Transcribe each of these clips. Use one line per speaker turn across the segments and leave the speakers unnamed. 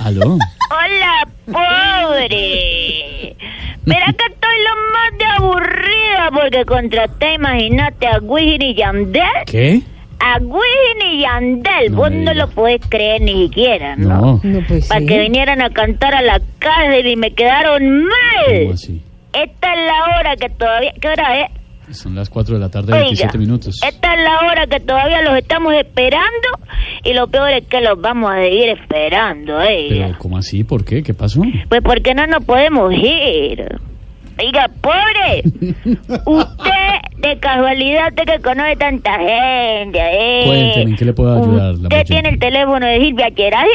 ¿Aló?
Hola, pobre. Verá que estoy lo más de aburrida porque contraté, imagínate, a Wisin y Yandel.
¿Qué?
A Wisin y Yandel.
No
Vos
me
no
digas.
lo podés creer ni siquiera, ¿no?
No.
No, pues
Para
sí.
que vinieran a cantar a la cárcel y me quedaron
¿Cómo
mal.
así?
Esta es la hora que todavía... ¿Qué hora es?
Son las 4 de la tarde,
Oiga, este
27 minutos.
Esta es la hora que todavía los estamos esperando y lo peor es que los vamos a seguir esperando, ella.
Pero, ¿cómo así? ¿Por qué? ¿Qué pasó?
Pues porque no nos podemos ir. Oiga, pobre, usted de casualidad usted que conoce tanta gente, eh.
Cuénteme, ¿en qué le puedo ayudar, la
Usted
muchacha?
tiene el teléfono de Silvia Gerardi.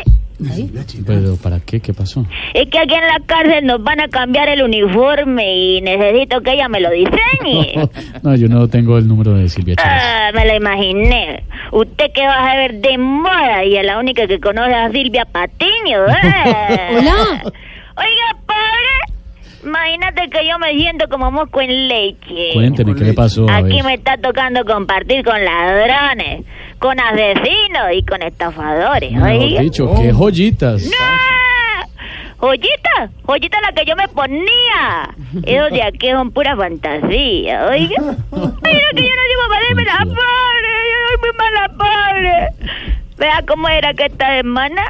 Pero, ¿para qué? ¿Qué pasó?
Es que aquí en la cárcel nos van a cambiar el uniforme y necesito que ella me lo diseñe.
No, yo no tengo el número de Silvia Chávez.
Ah, me lo imaginé. Usted que va a ver de moda y es la única que conoce a Silvia Patiño. ah.
Hola.
Oiga, padre, imagínate que yo me siento como mosco en leche.
Cuénteme, ¿qué le pasó? A
Aquí
ver.
me está tocando compartir con ladrones, con asesinos y con estafadores.
Mejor
oiga.
dicho, qué joyitas.
¡Ah! Joyita, joyita la que yo me ponía. Eso de aquí son pura fantasía, oiga. Mira que yo no digo valerme la
Tranquila.
pobre, yo soy muy mala pobre. Vea cómo era que esta semana,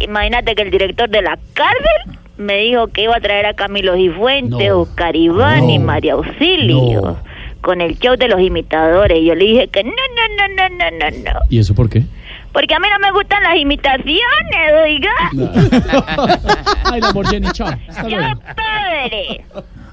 imagínate que el director de la cárcel me dijo que iba a traer a Camilo Cifuentes,
No.
Oscar Iván y
No.
María Auxilio.
No.
Con el show de los imitadores, yo le dije que no, no, no, no, no, no, no.
¿Y eso por qué?
Porque a mí no me gustan las imitaciones, oiga.
Ay, la Jenny, chao. Hasta
Yo,
luego.
padre,